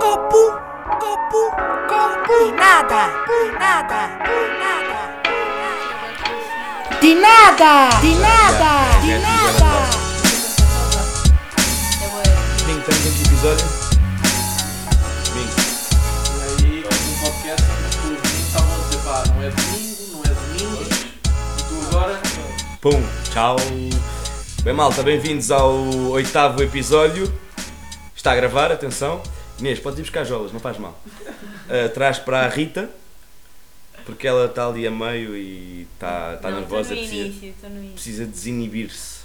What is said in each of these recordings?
Copo, copo, copo. Nada, nada, nada. De nada, de nada, de nada. Bem, estamos em que episódio? Bem, E aí, um podcast que os domingos estavam a dizer, pá, não é domingo, não é domingo. E tu agora, pum, tchau. Bem, malta, bem-vindos ao oitavo episódio. Está a gravar, atenção. Inês, podes ir buscar jolas, não faz mal. Ah, traz para a Rita, porque ela está ali a meio e está, está Não, Tá nervosa. Estou no precisa- início, estou no início. precisa desinibir-se.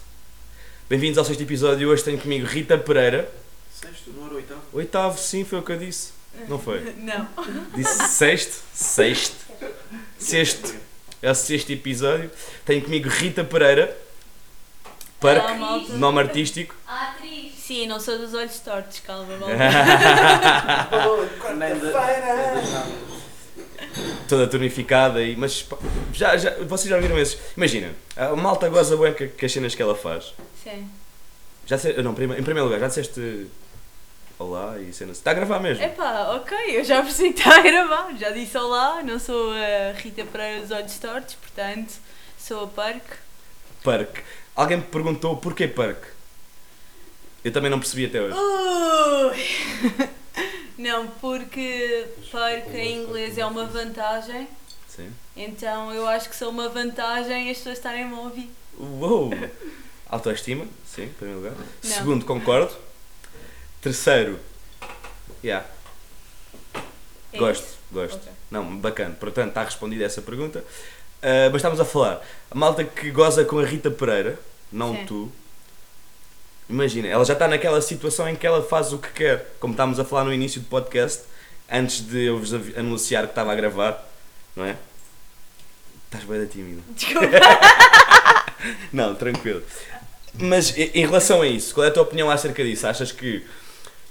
Bem-vindos ao sexto episódio. Hoje tenho comigo Rita Pereira. sexto, não era oitavo? Oitavo, sim, foi o que eu disse. Não foi? Não. Disse sexto? Sexto. Sexto. É o sexto episódio. Tenho comigo Rita Pereira. Parque, Olá, malta. nome artístico. Sim, não sou dos olhos tortos, calma, mal. Nem da- nem da- não. Toda tonificada e. Mas pá, já, já, vocês já viram esses. Imagina, a malta goza bem com com as cenas que ela faz. Sim. Já disse, não, prima- em primeiro lugar, já disseste. Olá e cenas. Está a gravar mesmo? Epá, ok, eu já percebi que está a gravar. Já disse olá, não sou a Rita Pereira dos olhos tortos, portanto, sou a Parque. Parque. Alguém me perguntou porquê parque? Eu também não percebi até hoje. Ui! Não, porque Parque em inglês é uma vantagem, Sim. então eu acho que sou uma vantagem as pessoas estarem a ouvir. Uou! Autoestima, sim, em primeiro lugar. Não. Segundo, concordo. Terceiro, yeah, É gosto, isso? gosto. Ok. Não, bacana. Portanto, está respondida essa pergunta. Ah, mas estávamos a falar, a malta que goza com a Rita Pereira, não Sim. tu. Imagina, ela já está naquela situação em que ela faz o que quer, como estávamos a falar no início do podcast, antes de eu vos avi- anunciar que estava a gravar, não é? Estás bem da tímida. Desculpa. Não, tranquilo. Mas e- em relação a isso, qual é a tua opinião acerca disso? Achas que,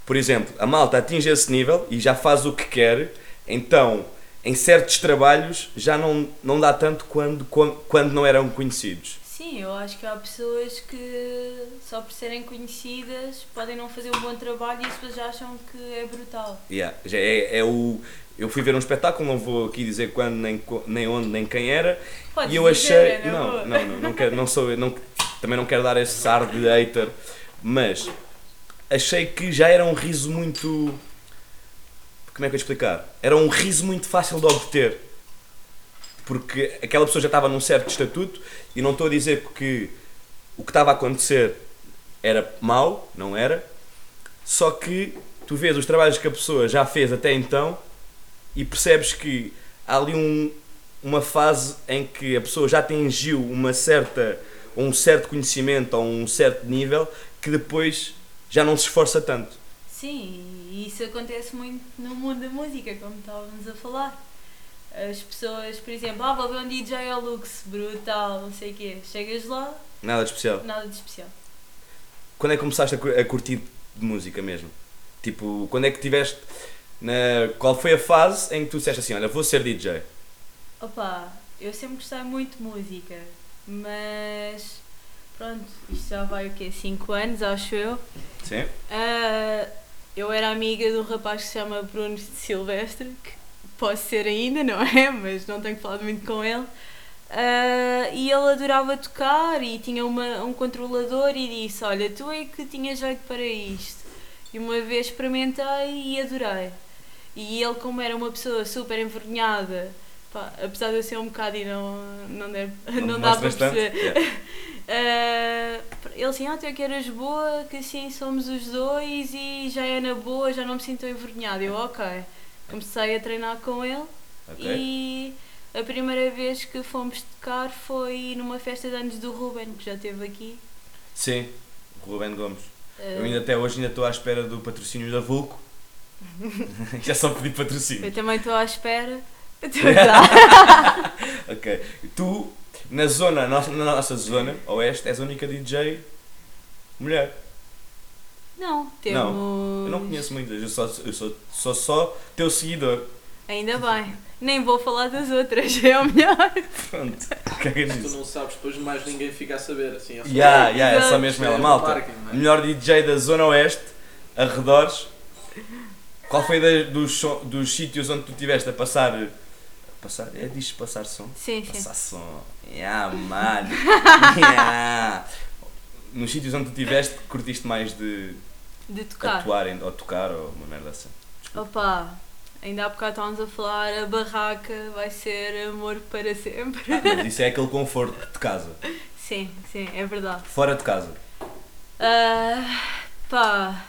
por exemplo, a malta atinge esse nível e já faz o que quer, então em certos trabalhos já não, não dá tanto quando, quan- quando não eram conhecidos. Sim, eu acho que há pessoas que só por serem conhecidas podem não fazer um bom trabalho e as pessoas já acham que é brutal. Yeah, já é, é o, eu fui ver um espetáculo, não vou aqui dizer quando, nem, co- nem onde, nem quem era, Podes e eu dizer, achei. é na Não, boa. não, não, não quero, não sou eu, não, também não quero dar esse ar de hater, mas achei que já era um riso muito. Como é que eu ia explicar? Era um riso muito fácil de obter. Porque aquela pessoa já estava num certo estatuto e não estou a dizer que o que estava a acontecer era mau, não era. Só que tu vês os trabalhos que a pessoa já fez até então e percebes que há ali um, uma fase em que a pessoa já atingiu uma certa, um certo conhecimento ou um certo nível que depois já não se esforça tanto. Sim, e isso acontece muito no mundo da música, como estávamos a falar. As pessoas, por exemplo, ah, vou ver um DJ ao Lux, brutal, não sei o quê. Chegas lá, Nada de especial. nada de especial. Quando é que começaste a, cu- a curtir de música mesmo? Tipo, quando é que tiveste. Na, qual foi a fase em que tu disseste assim: Olha, vou ser DJ? Opa, eu sempre gostei muito de música, mas pronto, isto já vai o quê? 5 anos, acho eu. Sim. Ah, eu era amiga de um rapaz que se chama Bruno Silvestre, que posso ser ainda, não é? Mas não tenho falado muito com ele. Ah, e ele adorava tocar e tinha uma- um controlador e disse: Olha, tu é que tinha jeito para isto. E uma vez experimentei e adorei. E ele, como era uma pessoa super envergonhada, pá, apesar de eu ser um bocado e não, não, der, não, dá para mostras tanto? perceber, Yeah. Uh, ele assim, ah, tu é que eras boa, que assim somos os dois e já é na boa, já não me sinto envergonhada. Eu, ok. Comecei a treinar com ele Ok. e a primeira vez que fomos tocar foi numa festa de anos do Ruben, que já esteve aqui. Sim, Ruben Gomes. Uh, Eu ainda até hoje ainda estou à espera do patrocínio da Vulco. Já só pedi patrocínio. eu também estou à espera. Estou a dar. Ok. Tu, na zona, na nossa, na nossa zona, oeste, és a única DJ mulher. Não, temos. Eu não conheço muitas, eu só eu sou, sou só teu seguidor. Ainda bem. Nem vou falar das outras, é o melhor. Pronto. é Caga Tu nisso. não sabes, depois mais ninguém fica a saber, assim, é só- Ya, ya, é só Exato. mesmo ela. É Malta, marketing, não é? melhor DJ da zona oeste, arredores. Qual foi da- dos, so- dos sítios onde tu estiveste a passar. Passar? É, diz passar som? Sim, sim. Passar som. Yeah, mano. Yeah. É Nos sítios onde tu estiveste, curtiste mais de De tocar. atuar em- ou tocar ou uma merda assim. Opa, ainda há bocado estávamos a falar, a barraca vai ser amor para sempre. Ah, mas isso é aquele conforto de casa. Sim, sim, é verdade. Fora de casa. Ah, pá,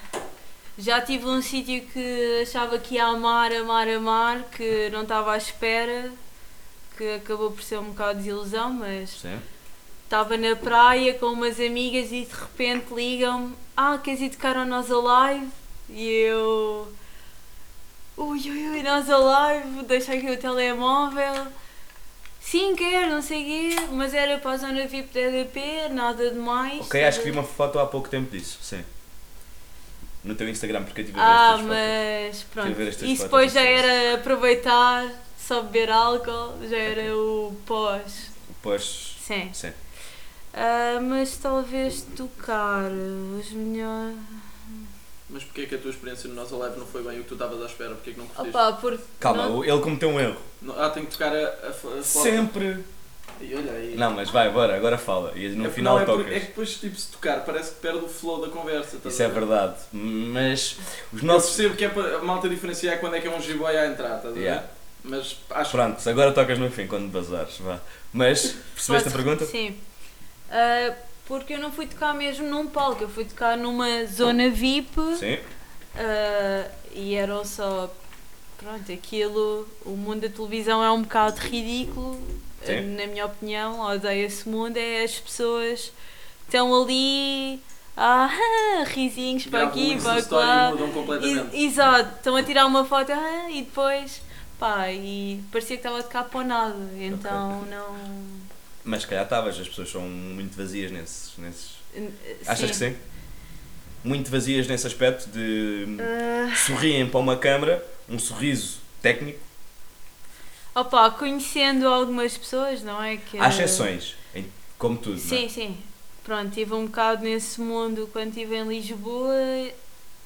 já tive um sítio que achava que ia amar, amar, amar, que não estava à espera, que acabou por ser um bocado de desilusão, mas Sim. estava na praia com umas amigas e de repente ligam-me: Ah, queres ir tocar ao Nós Alive? E eu. Ui, ui, ui, Nós Alive, deixa aqui o telemóvel. Sim, quero, não sei o quê, mas era para a zona VIP da EDP, nada demais. Ok, acho que vi sabe? uma foto há pouco tempo disso. Sim. No teu Instagram, porque eu tive a Ah, ver estas fotos. mas pronto. Tive a ver estas Isso fotos, depois já não sei se- era aproveitar, só beber álcool, já era o pós. Pois. Sim. Sim. Ah, mas talvez tocar os melhores. Mas porquê é que a tua experiência no nosso live não foi bem o que tu estavas à espera? Porquê é que não curtiste? Opa, porque. Calma, não- ele cometeu um erro. Não- Ah, tenho que tocar a, a, fo- a flauta. Sempre. E olha aí. Não, mas vai, bora, agora fala. E no É- final não, é, tocas. porque- é que depois, tipo, se tocar, parece que perde o flow da conversa. estás Isso a é ver? verdade. Mas os Eu nossos. percebo que é para a malta diferenciar quando é que é um jiboia à entrada, estás a ver? Yeah. Mas acho Pronto, agora tocas no fim quando bazares. Vá. Mas percebeste a Posso- pergunta? Sim. Ah, porque eu não fui tocar mesmo num palco, eu fui tocar numa zona VIP Sim. ah, e eram só. Pronto, aquilo. O mundo da televisão é um bocado ridículo, ah, Sim. na minha opinião. Odeio esse mundo. É as pessoas estão ali. Ah, risinhos que para gravam aqui, isso para na história e lá. mudam completamente. E- Exato, estão a tirar uma foto ah, e depois, pá, e parecia que estava a tocar para o nada, então não. Mas se calhar estavas, as pessoas são muito vazias nesses. nesses... eh, Achas que sim? Muito vazias nesse aspecto de Ah, sorriem para uma câmara, um sorriso técnico. opa, Ah, conhecendo algumas pessoas, não é? Que, Há exceções, em- como tudo. não é? Sim, sim. Pronto, estive um bocado nesse mundo quando estive em Lisboa.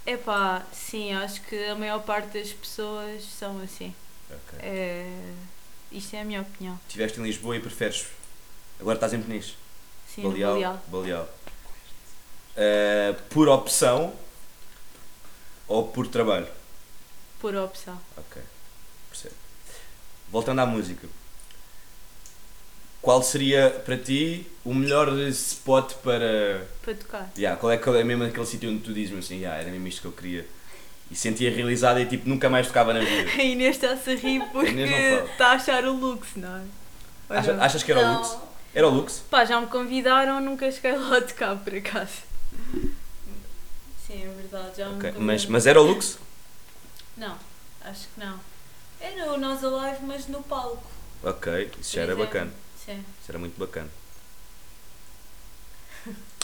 Epá, sim, acho que a maior parte das pessoas são assim. Ok. É, isto é a minha opinião. Estiveste em Lisboa e preferes. Agora estás em Peniche. Sim, no Baleal. Baleal. Baleal. Ah, por opção ou por trabalho? por opção. Ok, percebo. Voltando à música, qual seria para ti o melhor spot para. Para tocar. Yeah, qual, é, qual é mesmo aquele sítio onde tu dizes-me assim, yeah, era mesmo isto que eu queria e sentia realizado e tipo nunca mais tocava na vida? A Inês está-se a rir porque Inês não fala. está a achar o Lux, não é? Ou Acha- não? achas que era o Lux? Era o Lux? Pá, já me convidaram, nunca cheguei lá a tocar, por acaso. Sim, é verdade, já Ok, me convidaram. mas, mas era o Lux? Não, acho que não. Era o Nós Alive, mas no palco. Ok, isso já era por exemplo. bacana. Sim. Isso era muito bacana.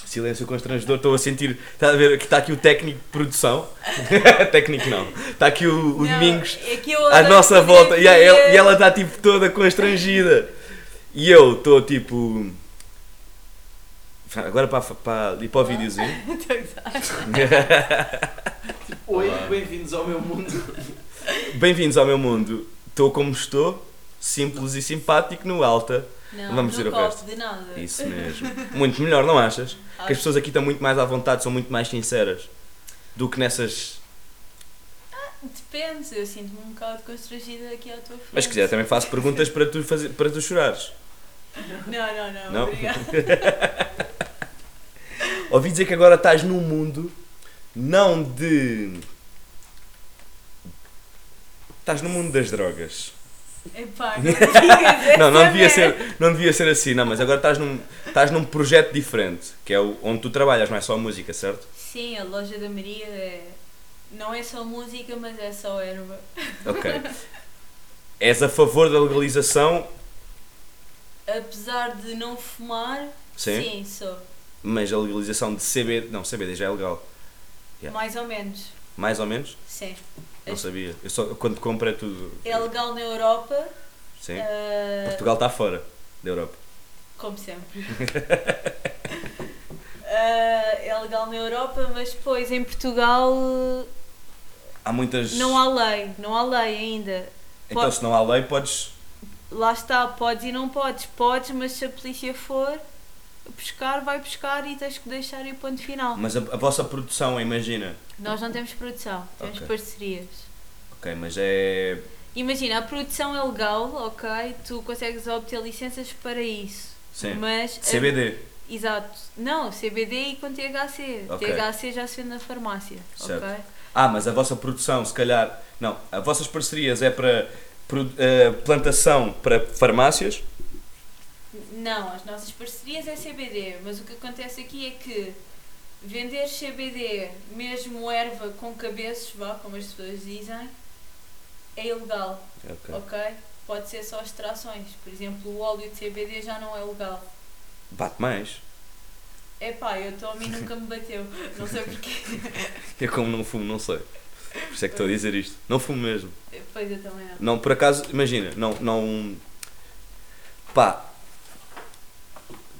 Silêncio constrangedor, estou a sentir. Está a ver que está aqui o técnico de produção. técnico não. Está aqui o, o Não, Domingos é que eu à odeio nossa fotografia. volta. E, a- ela- e ela está tipo toda constrangida. E eu estou tipo. Agora para, para, e para o videozinho. Oi, Olá. bem-vindos ao meu mundo. Bem-vindos ao meu mundo. Estou como estou, simples e simpático no alta. Não, Vamos no dizer o copo, resto. de nada. Isso mesmo. Muito melhor, não achas? Acho que as pessoas aqui estão muito mais à vontade, são muito mais sinceras do que nessas. que Depende, eu sinto-me um bocado constrangida aqui à tua frente. Mas se quiser, também faço perguntas para tu, fazer, para tu chorares. Não, não, não, Não? obrigada. Ouvi dizer que agora estás num mundo não de. Estás no mundo das drogas. Epá, não digas essa Não, não devia, merda. ser, não devia ser assim, não, mas agora estás num, estás num projeto diferente, que é o, onde tu trabalhas, não é só a música, certo? Sim, a loja da Maria é... não é só música, mas é só erva. Ok. És a favor da legalização, Apesar de não fumar, sim, sou. mas a legalização de CBD. Não, CBD já é legal. Yeah. Mais ou menos, Mais ou menos? sim. Não As- sabia. Eu só, quando compro é tudo. É legal na Europa, Sim. ah, Portugal está fora da Europa. como sempre. Ah, é legal na Europa, mas depois em Portugal Há muitas. Não há lei, não há lei ainda. então, pode- se não há lei, podes. Lá está, podes e não podes. Podes, mas se a polícia for pescar, vai pescar e tens que deixar e ponto final. Mas a, a vossa produção, imagina. Nós não temos produção, temos Ok. parcerias. Ok, mas é. Imagina, a produção é legal, ok? Tu consegues obter licenças para isso. Sim. Mas a- CBD. Exato. Não, CBD e com THC. Ok. THC já se vende na farmácia, Certo. ok? Ah, mas a vossa produção, se calhar. Não, as vossas parcerias é para pro- eh, plantação para farmácias. Não, as nossas parcerias é CBD, mas o que acontece aqui é que vender CBD, mesmo erva com cabeças, vá, como as pessoas dizem, é ilegal, Ok. ok? Pode ser só extrações. Por exemplo, o óleo de CBD já não é legal. Bate mais. Epá, eu estou a mim nunca me bateu. Não sei porquê. Eu, como não fumo, não sei. Por isso é que estou a dizer isto. Não fumo mesmo. Pois eu também não. Não, por acaso, imagina, não, não. Pá.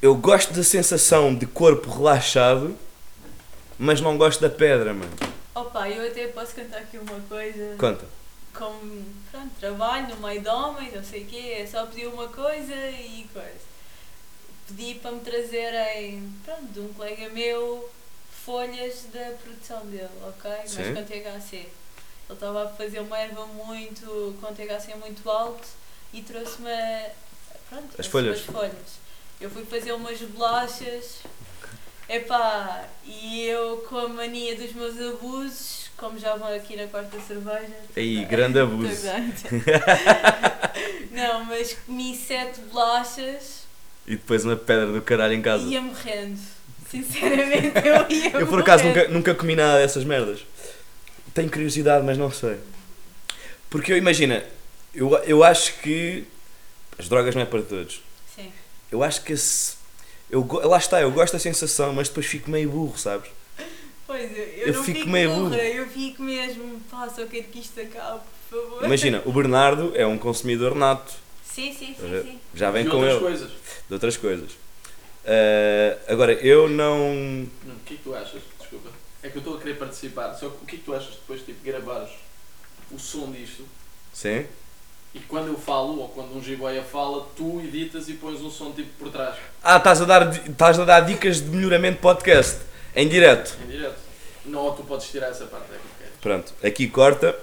Eu gosto da sensação de corpo relaxado, mas não gosto da pedra, mano. Opa, eu até posso cantar aqui uma coisa. Conta. como pronto, trabalho no meio de homens, não sei o quê, é só pedir uma coisa e coisa. Pedi para me trazerem, pronto, de um colega meu, folhas da produção dele, ok? Sim. Mas com THC. Ele estava a fazer uma erva muito, com THC muito alto e trouxe-me, pronto, trouxe-me folhas. as folhas. Eu fui fazer umas bolachas, epá, e eu com a mania dos meus abusos, como já vão aqui na quarta cerveja, Aí, grande é abuso. Exato. não, mas comi sete bolachas E depois uma pedra do caralho em casa. e ia morrendo. Sinceramente, eu ia Eu por acaso morrendo. nunca, nunca comi nada dessas merdas. Tenho curiosidade, mas não sei. Porque eu imagina, eu, eu acho que as drogas não é para todos. Sim. Eu acho que esse. Eu, go- lá está, eu gosto da sensação, mas depois fico meio burro, sabes? Pois, eu, eu Eu não fico fico meio burra, burro. eu fico mesmo, pá, só quero que isto acabe, por favor. Imagina, o Bernardo é um consumidor nato, Sim, sim, sim, Olha. sim. já vem E Tá com outras ele, coisas. de outras coisas. Ah, agora, eu não. Não, o que é que tu achas? Desculpa. É que eu estou a querer participar. Só que o que é que tu achas de depois tipo, gravares o som disto Sim? e quando eu falo ou quando um jiboia fala, tu editas e pões um som tipo por trás, Ah, estás a, dar, di- estás a dar dicas de melhoramento de podcast, em direto. em direto? Não, ou tu podes tirar essa parte, é que eu quero. Pronto, aqui corta,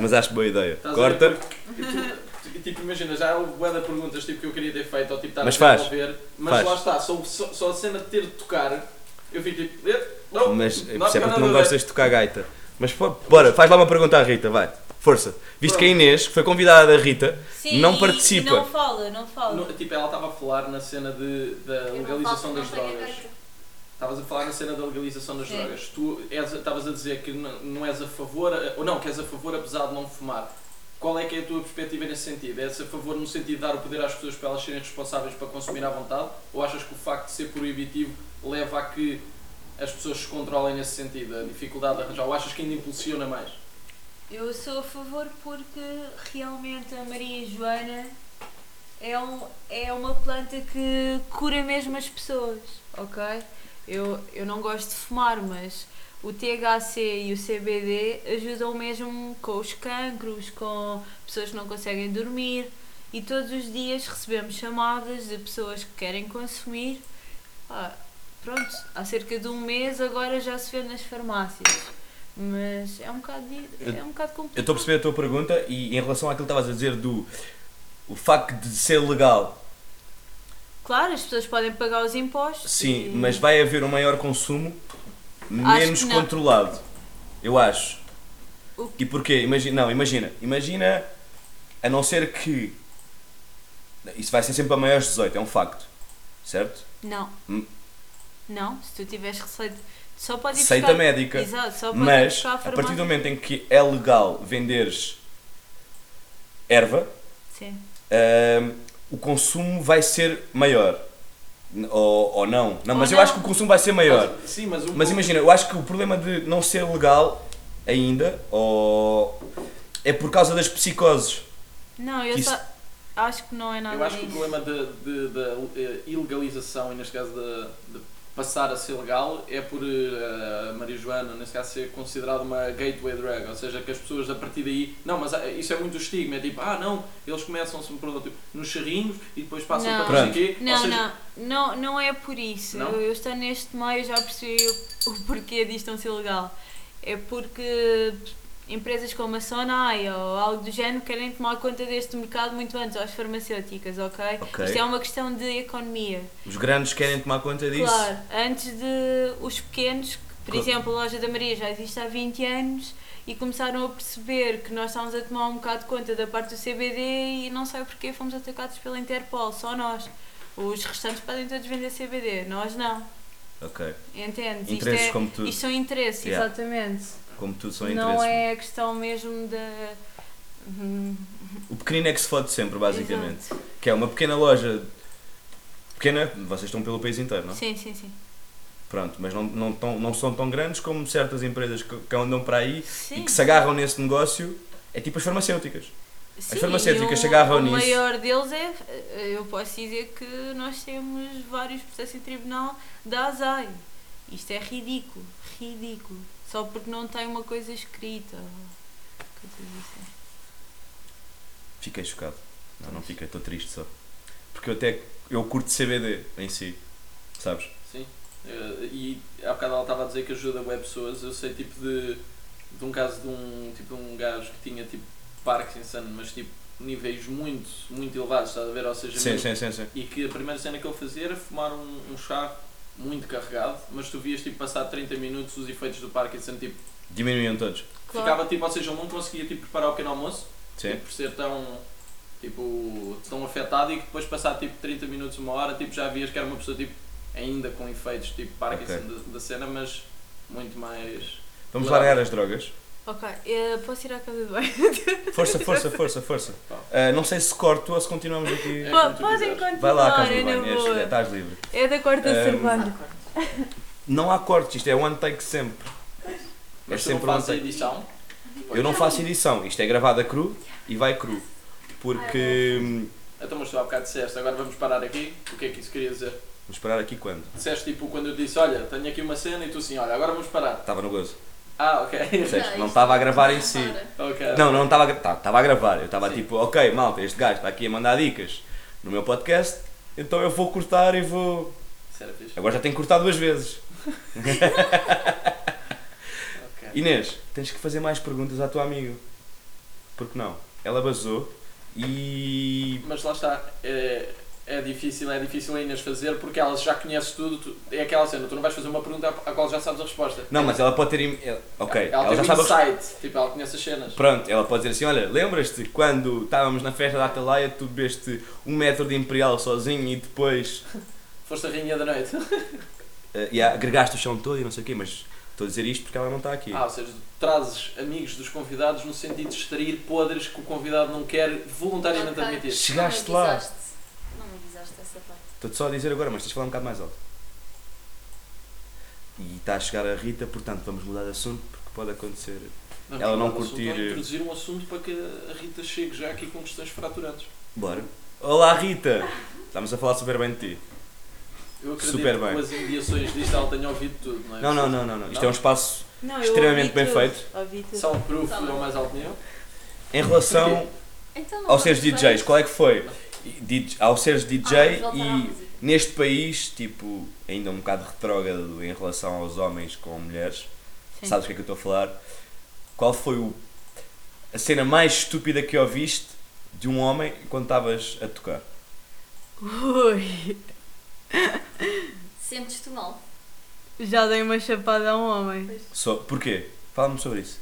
mas acho boa ideia. Estás a ver? Corta. Porque tu- tu- Tipo, imagina, já houve bué de perguntas tipo, que eu queria ter feito ou tipo, estar Mas a faz. desenvolver, mas Faz. lá está, só, só, só a cena de ter de tocar, eu fico tipo, eh, não, Mas não por isso é tocar porque nada. não gostas de tocar gaita. Mas pô, bora, faz lá uma pergunta à Rita, vai. Força. Visto que a Inês, que foi convidada da Rita, Sim, não e- participa. E não fala, não fala. Não, tipo, ela estava a falar na cena de, da legalização das drogas. Estavas a falar na cena da legalização das Sim. drogas. Tu és- estavas a dizer que não, não és a favor, a- ou não, que és a favor apesar de não fumar. Qual é que é a tua perspectiva nesse sentido? És a favor no sentido de dar o poder às pessoas para elas serem responsáveis para consumir à vontade? Ou achas que o facto de ser proibitivo leva a que as pessoas se controlem nesse sentido? A dificuldade de arranjar? Ou achas que ainda impulsiona mais? Eu sou a favor porque realmente a Maria Joana é, um, é uma planta que cura mesmo as pessoas, ok? Eu, eu não gosto de fumar, mas o THC e o CBD ajudam mesmo com os cancros, com pessoas que não conseguem dormir e todos os dias recebemos chamadas de pessoas que querem consumir. Ah, pronto, há cerca de um mês agora já se vê nas farmácias. Mas é um bocado, di- é um bocado complicado. Eu estou a perceber a tua pergunta e em relação àquilo que estavas a dizer do o facto de ser legal, Claro, as pessoas podem pagar os impostos. sim, e- mas vai haver um maior consumo Acho menos que não. controlado. Eu acho. O- E porquê? Imagina, não, imagina, imagina, a não ser que isso vai ser sempre a maiores 18, é um facto. Certo? Não. Hum. Não, se tu tiveres receita. Só pode ir Receita buscar- médica. Exato, só pode ir Mas buscar a partir farmácia. do momento em que é legal venderes erva, Sim. Ahm, o consumo vai ser maior. N- Ou, ou não. Não, Ou mas eu não. acho que o consumo vai ser maior. Mas- um Sim, mas, o, Mas imagina, eu acho que o problema de não ser legal ainda, ou é por causa das psicoses. Não, eu Que isso- só. Acho que não é nada Eu acho que o disso. problema da- de- da eh, ilegalização e neste caso da, da passar a ser legal é por eh, a marijuana, nesse caso, ser considerada uma gateway drug, ou seja, que as pessoas a partir daí. Não, mas ah, isso é muito estigma, é tipo, ah não, eles começam-se um produto tipo, nos charrinhos e depois passam Não. para não sei o quê. Não, ou seja, não, não, não é por isso. Não? Eu, eu estou neste meio já percebi o, o porquê disto não ser legal. É porque empresas como a Sonai ou algo do género querem tomar conta deste mercado muito antes, ou as farmacêuticas, ok? Ok. Isto é uma questão de economia. Os grandes querem tomar conta disso. Claro, antes de os pequenos, que, por Claro. exemplo, a loja da Maria já existe há 20 anos e começaram a perceber que nós estávamos a tomar um bocado de conta da parte do CBD e não sei porquê fomos atacados pela Interpol, só nós. Os restantes podem todos vender CBD, nós não. Ok. Entendes? Interesses isto, é, como tudo. isto são interesses, Yeah. exatamente. Como tudo são interesses. Não é a questão mesmo da. Hum, O pequenino é que se fode sempre, basicamente. exato. Que é uma pequena loja. Pequena, vocês estão pelo país inteiro, não? é? Sim, sim, sim. Pronto, mas não, não, tão- não são tão grandes como certas empresas que, que andam para aí Sim. e que se agarram nesse negócio. É tipo as farmacêuticas. Sim, farmacêuticas e se agarram o nisso. O maior deles é, eu posso dizer que nós temos vários processos em tribunal da ASAI. Isto é ridículo, ridículo. Só porque não tem uma coisa escrita. ou coisas assim. Fiquei chocado. Não, não fiquei, estou triste só. Porque eu até eu curto CBD em si, sabes? Sim. Eh, e há bocado ela estava a dizer que ajuda web pessoas. Eu sei tipo de, de um caso de um tipo de um gajo que tinha tipo Parkinson, mas tipo níveis muito, muito elevados, estás a ver? Ou seja, Sim, mesmo- sim, sim, sim. e que a primeira cena que ele fazia era fumar um, um chá muito carregado, mas tu vias tipo passar 30 minutos os efeitos do Parkinson, tipo, Diminuíam todos. Claro. ficava tipo, ou seja, ele não conseguia tipo preparar o pequeno almoço, Sim. tipo, por ser tão tipo, tão afetado e que depois passar tipo 30 minutos, uma hora, tipo, já vias que era uma pessoa tipo ainda com efeitos tipo Parkinson Ok. É da, da cena, mas muito mais Vamos Claro. largar as drogas. Ok, eh, posso ir à casa de banho? Força, força, força, força. Pá. Ah, não sei se corto ou se continuamos aqui. É Po- como tu Podem quiseres. continuar, Vai lá, Carlos é na Urbano, és- boa. estás livre. É da corda Ahm, cervando. Não há cortes, isto é one take sempre. É mas tu não sempre um fazes a take. edição. Eu não faço edição, isto é gravado a cru e vai cru. Porque. hum, Então mas tu há bocado disseste, agora vamos parar aqui. O que é que isso queria dizer? Vou esperar aqui quando? Disseste tipo quando eu disse, olha, tenho aqui uma cena e tu assim, olha, agora vamos parar. Estava no gozo. Ah, ok. Percebes? Não estava a gravar em si. ok. Não, não estava a gravar. Estava a gravar. Eu estava Sim. tipo, ok, malta, este gajo está aqui a mandar dicas no meu podcast, então eu vou cortar e vou. Isso era fixe. Agora já tenho que cortar duas vezes. Ok. Inês, tens que fazer mais perguntas à tua amiga. Porque não? Ela basou e. Mas lá está, é, é difícil, é difícil ainda as fazer porque ela já conhece tudo, tu- é aquela cena, tu não vais fazer uma pergunta à qual já sabes a resposta. Não, mas ela pode ter. im- ela- Ok, ela, ela, tem já um sabe a resposta. insight, tipo, ela conhece as cenas. Pronto, ela pode dizer assim: olha, lembras-te quando estávamos na festa da Atalaia, tu bebeste um metro de Imperial sozinho e depois Foste a rainha da noite. eh, e agregaste o chão todo e não sei o quê, mas estou a dizer isto porque ela não está aqui. Ah, ou seja, trazes amigos dos convidados no sentido de extrair podres que o convidado não quer voluntariamente Ok. admitir. Chegaste lá. Não me avisaste essa parte. Estou-te só a dizer agora, mas tens de falar um bocado mais alto. E está a chegar a Rita, portanto vamos mudar de assunto porque pode acontecer. Vamos Ela não mudar de assunto, curtir- eh, ou introduzir um assunto para que a Rita chegue já aqui com questões fraturantes. Bora. Olá Rita! Estamos a falar super bem de ti. Eu acredito Super que bem. com as indiações disto ela tenha ouvido tudo, não é? Não, não, não, não, não. Isto é um espaço Não, eu extremamente ouvi bem tudo, feito. Ouvi tudo. Soundproof ao mais alto nível. em relação Então, não ao seres vamos DJs. para- Qual é que foi? Dij- Ao seres DJ Ah, voltar à e música. neste país, tipo, ainda um bocado retrógrado em relação aos homens com mulheres, Sim. sabes o que é que eu estou a falar? Qual foi o, a cena mais estúpida que ouviste de um homem quando estavas a tocar? Ui, Sentes-te mal. já dei uma chapada a um homem. Só, porquê? Fala-me sobre isso.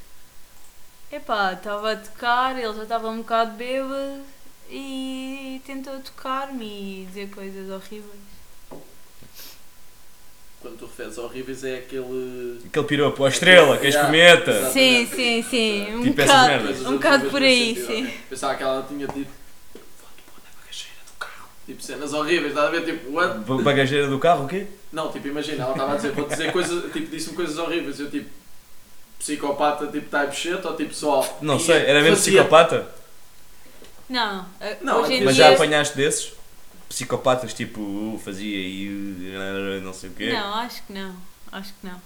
Epá, estava a tocar, ele já estava um bocado bêbado e tentou tocar-me e dizer coisas horríveis. Quando tu referes horríveis é aquele. Aquele piropo, a estrela, que és Yeah. cometa. Exato. Sim, sim, sim. Um Tipo essas bocado, merdas. um bocado por aí, Nesse sim. sentido, ok. Pensava que ela tinha dito. Tipo, cenas horríveis, estás a ver? Tipo, what? Ba- Bagageira do carro, o quê? Não, tipo, imagina, ela estava a dizer, vou dizer coisas, tipo, disse-me coisas horríveis, eu tipo, psicopata, tipo, type shit, ou tipo, só. Não tinha- sei, era mesmo fazia- psicopata? Não, a- Não, hoje em mas Mas dia. já apanhaste desses? psicopatas, tipo, uh, fazia e uh, não sei o quê. Não, acho que não. Acho que não.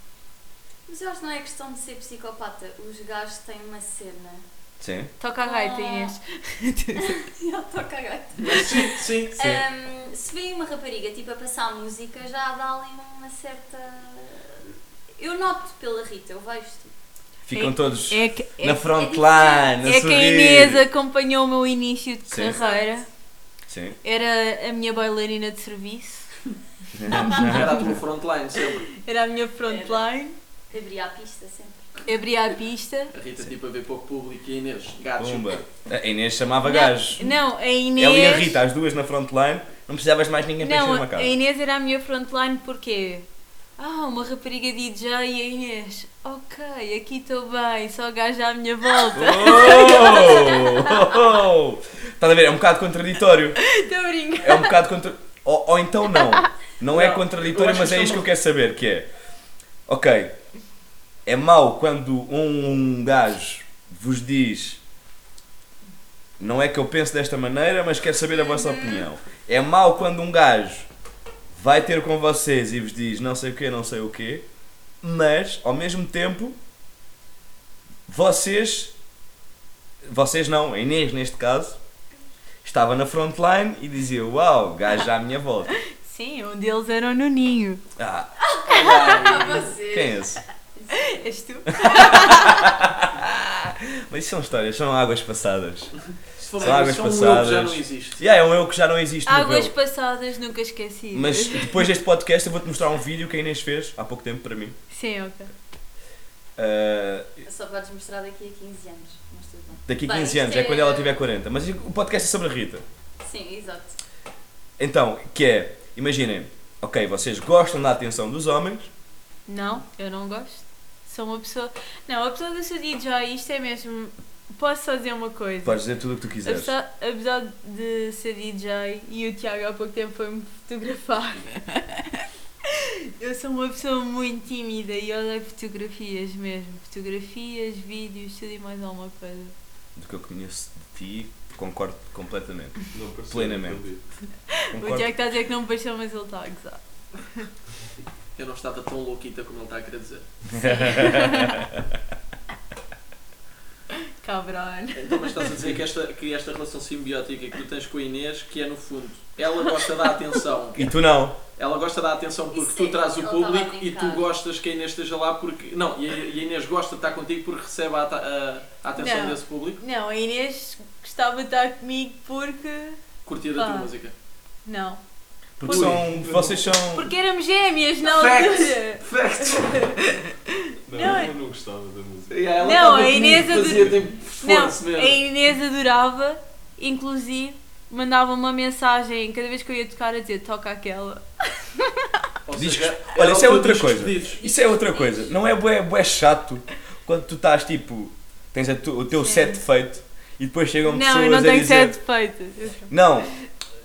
Mas eu acho que não é questão de ser psicopata. Os gajos têm uma cena. Sim. Toca a gaita, Inês. Ele toca a gaita. Sim, tipo, sim. Sim. Ahm, se vem uma rapariga tipo a passar música, já dá ali uma certa. Eu noto pela Rita, eu vejo tipo. Ficam todos É que, é, na que- frontline, a é que a sorrir. Inês acompanhou o meu início de Sim. carreira. Sim. Era a minha bailarina de serviço. Era a tua frontline sempre. Era a minha frontline. Abria tipo, a pista sempre. Abria a pista. A Rita, tipo, a ver pouco público e a Inês, gatos. Pumba. A Inês chamava gajos. Não, não, a Inês. Ela e É a Rita, as duas na frontline, não precisavas de mais ninguém para encher Não, uma a casa. Inês era a minha frontline porque. Ah, uma rapariga DJ e a Inês. Ok, aqui estou bem, só gajo à minha volta. Oh! Estás a ver? É um bocado contraditório. Estou a brincar. É um bocado contra... ou, ou então não. Não é Não, eu contraditório, acho mas que é isto isto é que uma- eu quero saber, que é... Ok, é mau quando um gajo vos diz... Não é que eu penso desta maneira, mas quero saber a vossa opinião. É mau quando um gajo vai ter com vocês e vos diz não sei o quê, não sei o quê, mas, ao mesmo tempo, vocês... Vocês não, a Inês neste caso, estava na frontline e dizia: Uau, gajo à minha volta. Sim, um deles era o Nuninho. Ah, é Ah, quem você! é esse? És tu? Mas isso são histórias, são águas passadas. Se São for bem, águas isso é um grupo que já passadas. não existe. E yeah, é um eu que já não existe no Águas meu. passadas nunca esqueci. Mas depois deste podcast eu vou-te mostrar um vídeo que a Inês fez há pouco tempo para mim. Sim, ok. Ah, Só podes mostrar daqui a 15 anos, mas tudo bem. daqui a Bem, 15 anos, isto é é- quando ela tiver 40. Mas o podcast é sobre a Rita. Sim, exato. Então, que é, imaginem, ok, vocês gostam da atenção dos homens, Não, eu não gosto. Sou uma pessoa. Não, a pessoa do seu DJ, isto é mesmo. Posso só dizer uma coisa? podes dizer tudo o que tu A quiseres. pessoa- Apesar de ser DJ e o Tiago há pouco tempo foi-me fotografar, eu sou uma pessoa muito tímida e odeio fotografias mesmo. Fotografias, vídeos, tudo e mais alguma coisa. Do que eu conheço de ti, concordo completamente. Não percebo. Plenamente. entendi. O Concordo. Tiago está a dizer que não me pareceu, mas ele está a gozar. Eu não estava tão louquita como ele está a querer dizer. Cabrão. Então, mas estás a dizer que esta, que esta relação simbiótica que tu tens com a Inês, que é no fundo, ela gosta da atenção. E tu não? Ela gosta da atenção porque Isso tu é, traz o ela público estava a e tu brincar. gostas que a Inês esteja lá porque. Não, e a, e a Inês gosta de estar contigo porque recebe a, ata- a- a atenção Não. desse público. Não, a Inês gostava de estar comigo porque. Curtir a tua Pá. música. Não. Porque Ui. são. Vocês são. Porque éramos gêmeas na Facts. altura. Facts! Não, Não, eu não gostava da música. E ela Não, estava a comigo, Inês ador- fazia tipo Não, esforço a mesmo. Inês adorava, inclusive mandava uma mensagem cada vez que eu ia tocar a dizer toca aquela. Ou Diz- seja, olha, era isso é o teu outra disco de coisa. pedidos. Isso é outra coisa. Não é bué, bué chato quando tu estás tipo. Tens a tu- o teu Sim. set feito e depois chegam Não, pessoas eu não a tenho dizer. sete feitas. Não,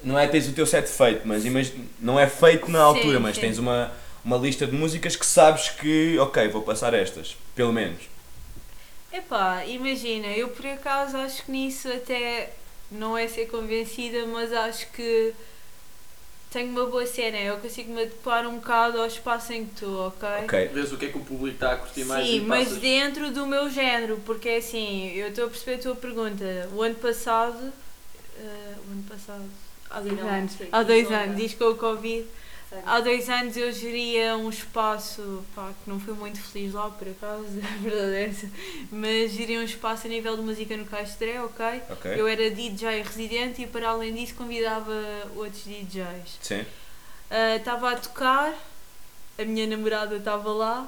não é tens o teu set feito, mas imagina, não é feito na Sim, altura, mas sim. tens uma, uma lista de músicas que sabes que, ok, vou passar estas, pelo menos. Epá, imagina, eu por acaso acho que nisso até não é ser convencida, mas acho que tenho uma boa cena, eu consigo me adequar um bocado ao espaço em que estou, Ok. Vês o que é que o público está a curtir mais Sim, e mas passas. dentro do meu género, porque é assim, eu estou a perceber a tua pergunta. O ano passado. eh, o ano passado. Há dois Não, anos. sim, Há dois sim. anos, diz que é o Covid. Sério. Há dois anos eu geria um espaço, pá, que não fui muito feliz lá por acaso, a verdade é essa, mas geria um espaço a nível de música no Castré, ok? Ok. Eu era DJ residente e para além disso convidava outros DJs. Sim. Ah, Estava a tocar, a minha namorada estava lá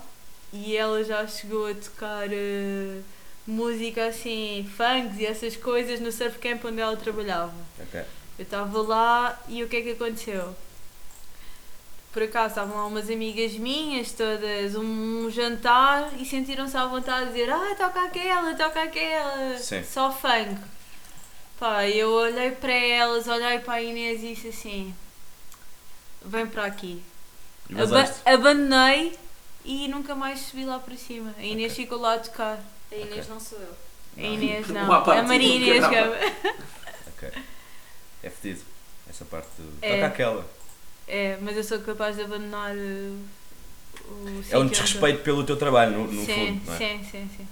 e ela já chegou a tocar ah, música assim, funks e essas coisas no surf camp onde ela trabalhava. Ok. Eu estava lá e o que é que aconteceu? Por acaso estavam lá umas amigas minhas, todas, um jantar e sentiram-se à vontade de dizer: Ah, toca aquela, toca aquela, Sim. só funk. Pá, eu olhei para elas, olhei para a Inês e disse assim: Vem para aqui. E Aba- vazaste. abandonei e nunca mais subi lá para cima. A Inês ficou lá a tocar. A Inês não sou eu. A Inês Não não. há a parte Maria do Inês canal. Gama. É fedido. É Essa parte. do- É. Toca aquela. É, mas eu sou capaz de abandonar uh, o É sítio um onde- desrespeito pelo teu trabalho, no, no sim, fundo, não é? Sim, sim, sim.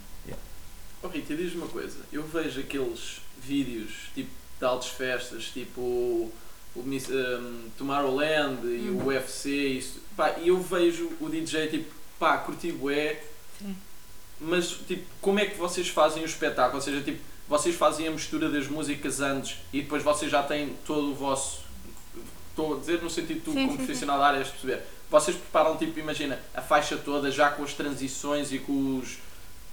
Oh, Rita, diz-me uma coisa. Eu vejo aqueles vídeos, tipo, de altas festas, tipo o Miss, um, Tomorrowland e Uhum. o UFC e isso. Pá, e eu vejo o DJ, tipo, pá, curti bué. Sim. Mas, tipo, como é que vocês fazem o espetáculo? Ou seja, tipo, vocês fazem a mistura das músicas antes e depois vocês já têm todo o vosso... Estou a dizer no sentido tu, Sim, como sim, sim. profissional da área, és perceber. Vocês preparam, tipo, imagina, a faixa toda já com as transições e com os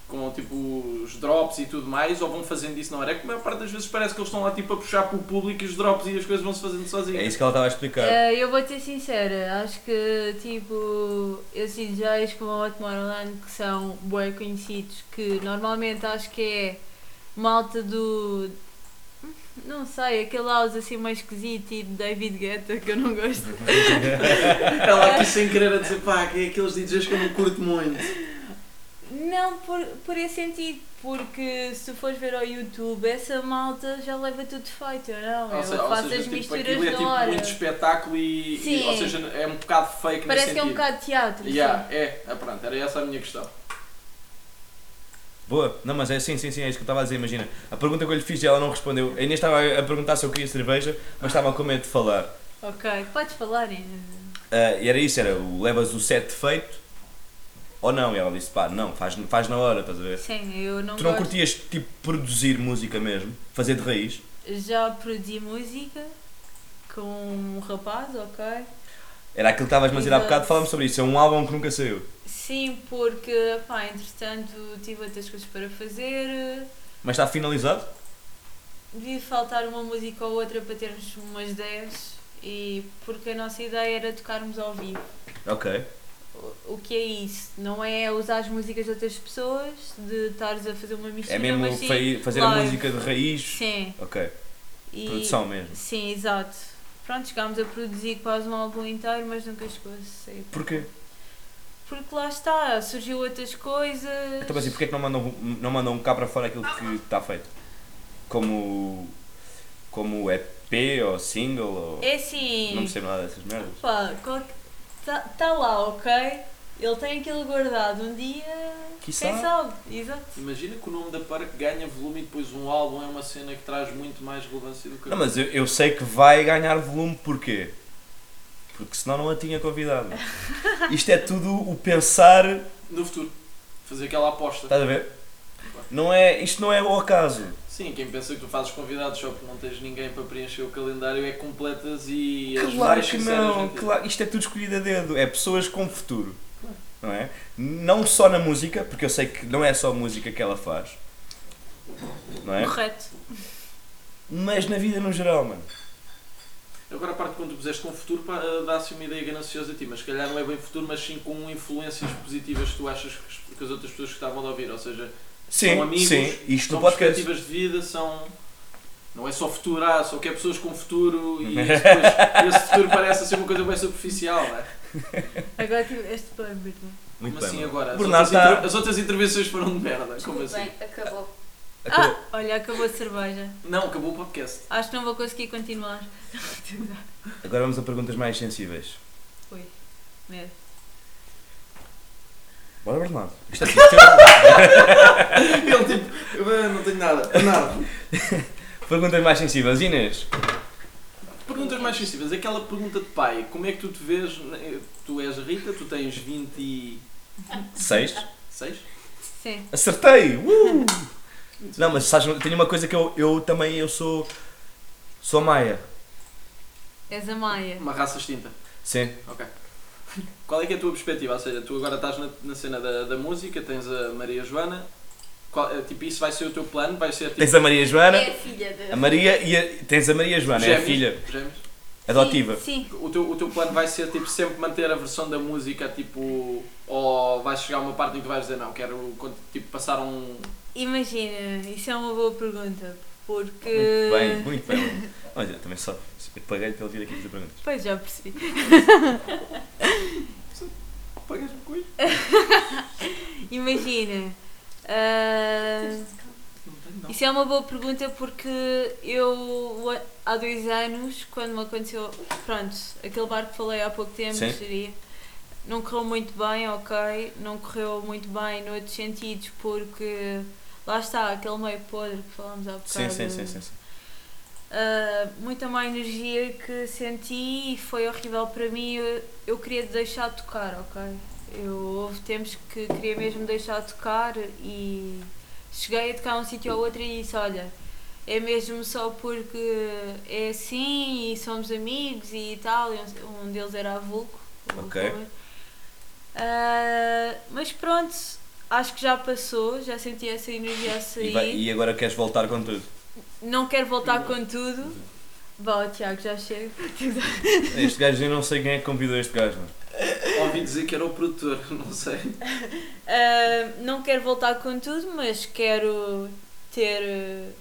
com tipo os drops e tudo mais, ou vão fazendo isso na hora. É que a maior parte das vezes parece que eles estão lá tipo a puxar para o público e os drops e as coisas vão-se fazendo sozinhas. É isso que ela estava a explicar. Eh, eu vou ser sincera, acho que tipo esses DJs como o Tomorrowland que são bem conhecidos, que normalmente acho que é malta do não sei, aquele house assim meio esquisito e David Guetta que eu não gosto. É lá aqui sem querer a dizer pá, que é aqueles DJs que eu não curto muito. Não por, por esse sentido, porque se tu fores ver ao YouTube essa malta já leva tudo feito, ou não? Ou Ela seja, ou faz seja, as tipo, misturas aquilo da é tipo hora. muito espetáculo e, e- Sim. ou seja, é um bocado Parece fake que nesse é um sentido. bocado de teatro. Yeah, é, ah, pronto, era essa a minha questão. Boa, não, mas é sim, sim, sim, é isso que eu estava a dizer. Imagina, a pergunta que eu lhe fiz e ela não respondeu. A Inês estava a perguntar se eu queria cerveja, mas estava com medo de falar. sim. Ok, podes falar eh, ainda. Ah, e era isso: era o levas o set feito ou não? E ela disse: pá, não, faz, faz na hora, estás a É. ver? Sim, eu não, Tu não gosto. curtias tipo produzir música mesmo, fazer de raiz? Já produzi música com um rapaz, ok? Era aquilo que estavas a dizer há Exato. bocado, falamos sobre isso. É um álbum que nunca saiu. Sim, porque, pá, entretanto tive outras coisas para fazer. Mas está finalizado? Devia faltar uma música ou outra para termos umas 10 e porque a nossa ideia era tocarmos ao vivo. Ok. É O- O que é isso? Não é usar as músicas de outras pessoas, de estares a fazer uma mistura, É mesmo mas sim, fa- fazer a live. música de raiz? Sim. Ok. E- Produção mesmo. Sim, exato. Pronto, chegámos a produzir quase um álbum inteiro, mas nunca chegou a sair. Porquê? Porque lá está, surgiu outras coisas. Então, mas e porquê que não mandam, não mandam cá para fora aquilo que está feito? Como. Como EP ou single ou. É assim. Não percebo nada dessas merdas. Pá, está lá, ok? Ele tem aquilo guardado um dia. Quem Quem sabe? sabe? Exato. Imagina que o nome da parque ganha volume e depois um álbum é uma cena que traz muito mais relevância do que Não, mas eu, eu sei que vai ganhar volume, porquê? Porque senão não a tinha convidado. Isto é tudo o pensar, no futuro. Fazer aquela aposta. estás a ver? Não é, isto não é o acaso. Sim, quem pensa que tu fazes convidados só porque não tens ninguém para preencher o calendário é completas e as Claro mais que sinceras não, mentiras. claro, isto é tudo escolhido a dedo, é pessoas com futuro, não é? Não só na música, porque eu sei que não é só música que ela faz, não é? Correto. Mas na vida no geral, mano. Agora a parte quando tu puseste com o futuro pá, eh, dá-se uma ideia gananciosa a ti, mas se calhar não é bem futuro, mas sim com influências positivas que tu achas que, as- que as outras pessoas gostavam de ouvir, ou seja, Sim, são amigos, sim, isto são no podcast. perspectivas de vida, são. Não é só futuro, ah, só quer pessoas com futuro e isso depois, esse futuro parece ser uma coisa bem superficial, não é? Agora tive este é? plano, muito bom. Muito Como assim bem. mano. agora? As Bernardo outras, inter- está- as outras intervenções foram de merda, como Desculpem, assim? acabou. Acabou. Ah, olha, acabou a cerveja. Não, acabou o podcast. Acho que não vou conseguir continuar. Agora vamos a perguntas mais sensíveis. Ui, medo. Bora, Bernardo. Isto é assim, Ele tipo, "Ah, não tenho nada, nada. Perguntas mais sensíveis. Inês, Perguntas mais sensíveis. Aquela pergunta de pai, como é que tu te vês? Tu és rica, tu tens 26? 6. Sim. Acertei! Uh! Não, mas sabes, tenho uma coisa que eu, eu também eu sou. Sou maia. És a Maia. Uma raça extinta. Sim. Ok. Qual é que é a tua perspectiva? Ou seja, tu agora estás na, na cena da, da música, tens a Maria Joana. Qual- eh, tipo, isso vai ser o teu plano? Vai ser tipo. Tens a Maria Joana. É a filha de. A Maria e a- tens a Maria Joana, é a filha Gêmeos. adotiva. Sim. O teu, o teu plano vai ser tipo sempre manter a versão da música, tipo. Ou vai chegar uma parte em que vais dizer não, quero tipo, passar um. Imagina, isso é uma boa pergunta. Porque. Muito eh, bem, muito bem. Olha, também só. Eu paguei para ele vir aqui fazer perguntas. Pois já percebi. Pagas-me com isto? Imagina. ah, Não tenho. Não. Isso é uma boa pergunta porque eu há dois anos, quando me aconteceu, pronto, aquele barco que falei há pouco tempo, Sim. seria, não correu muito bem, ok, não correu muito bem noutros sentidos porque lá está, aquele meio podre que falámos há bocado. Sim, sim, sim, sim. sim. Uh, muita má energia que senti e foi horrível para mim. Eu, eu queria deixar de tocar, ok? Eu, houve tempos que queria mesmo deixar de tocar e cheguei a tocar um sítio ou outro e disse: Olha, é mesmo só porque é assim e somos amigos e tal. E um- um deles era a Vulco. o Ok. Ruben. Uh, mas pronto, acho que já passou, já senti essa energia a sair. E, vai- e agora queres voltar com tudo? Não quero voltar com tudo. Vá, ó, Tiago, já chega. Este gajo, eu não sei quem é que convidou este gajo, mano. Ouvi dizer que era o produtor, não sei. Ah, não quero voltar com tudo, mas quero ter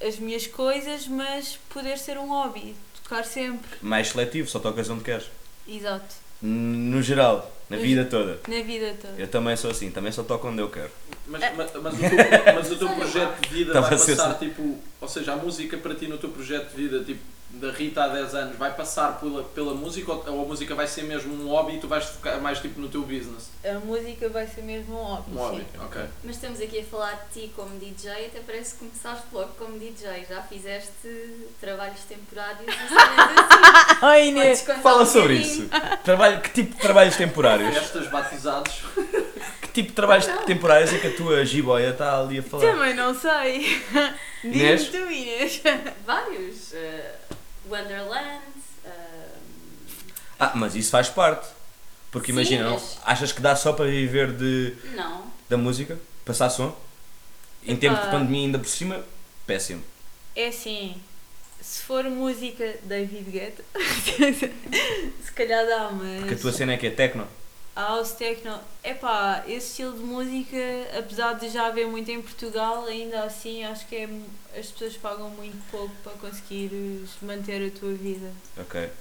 ah, as minhas coisas, mas poder ser um hobby. Tocar sempre. Mais seletivo, só tocas onde queres. Exato. N- No geral, na No vida toda. Na vida toda. Eu também sou assim, também só toco onde eu quero. Mas, mas, mas o, teu, mas o teu projeto de vida Estava vai a ser assim. passar, tipo, ou seja, a música para ti no teu projeto de vida, tipo, da Rita há 10 anos, vai passar pela, pela música ou, ou a música vai ser mesmo um hobby e tu vais focar mais tipo no teu business? É. A música vai ser mesmo um hobby. Um hobby, sim. ok. Mas estamos aqui a falar de ti como DJ, até parece que começaste logo como DJ. Já fizeste trabalhos temporários e cenas assim. Ai, Podes Inês! contar Fala um sobre bocadinho. isso. Trabalho, que tipo de trabalhos temporários? Festas, batizados. Que tipo de trabalhos temporários é que a tua jiboia está ali a falar? Também não sei. Inês? Diz-me tu, Inês. Vários. eh, Wonderland. eh, Ah, mas isso faz parte. Porque Sim, imagina, não- mas- achas que dá só para viver de, não. da música? Passar som? Em tempos de Epá. pandemia ainda por cima, péssimo. É assim, se for música David Guetta, se calhar dá, mas. Porque a tua cena é que é techno. House techno, epá, esse estilo de música, apesar de já haver muito em Portugal, ainda assim acho que é mu- as pessoas pagam muito pouco para conseguires manter a tua vida. Ok. É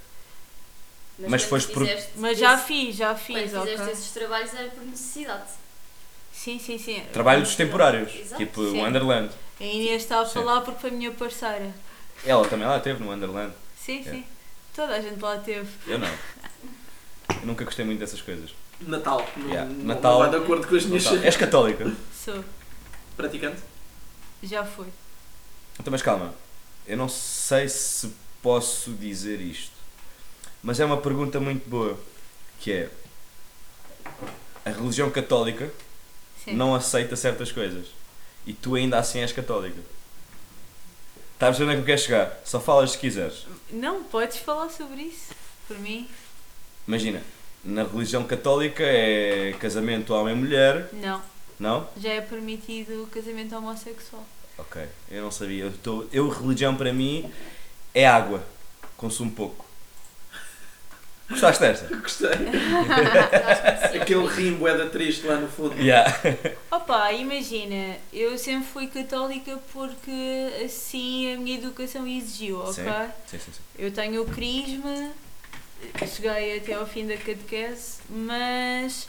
Mas, Mas quando foste pro- fizeste Mas já esse- fiz, já Quando fiz, fizeste ok? esses trabalhos era por necessidade. Sim, sim, sim. Trabalhos temporários. Exato, Tipo sim. Wonderland. A Inês está a Sim. falar porque foi minha parceira. Ela também lá teve no Wonderland. Sim, É. sim. Toda a gente lá teve. Eu não. Eu nunca gostei muito dessas coisas. Natal. Não- Yeah, Não, Natal. Não vai de acordo com as minhas Natal. És católica? Sou, praticante. já foi. Então, mas calma. Eu não sei se posso dizer isto. Mas é uma pergunta muito boa. Que é... A religião católica Sim. não aceita certas coisas. E tu ainda assim és católica. Estás a ver onde é que eu quero chegar? Só falas se quiseres. Não, podes falar sobre isso. Por mim, Imagina, na religião católica é casamento homem e mulher, não. não? Já é permitido o casamento homossexual. Ok, eu não sabia. Eu, tô- eu religião para mim é água. Consumo pouco. Gostaste desta? Gostei. Acho que sim. Aquele rimbo é da triste lá no fundo. Yeah. Opa, imagina, eu sempre fui católica porque assim a minha educação exigiu, ok? Sim. Sim, sim, sim. Eu tenho o crisma, cheguei até ao fim da catequese, mas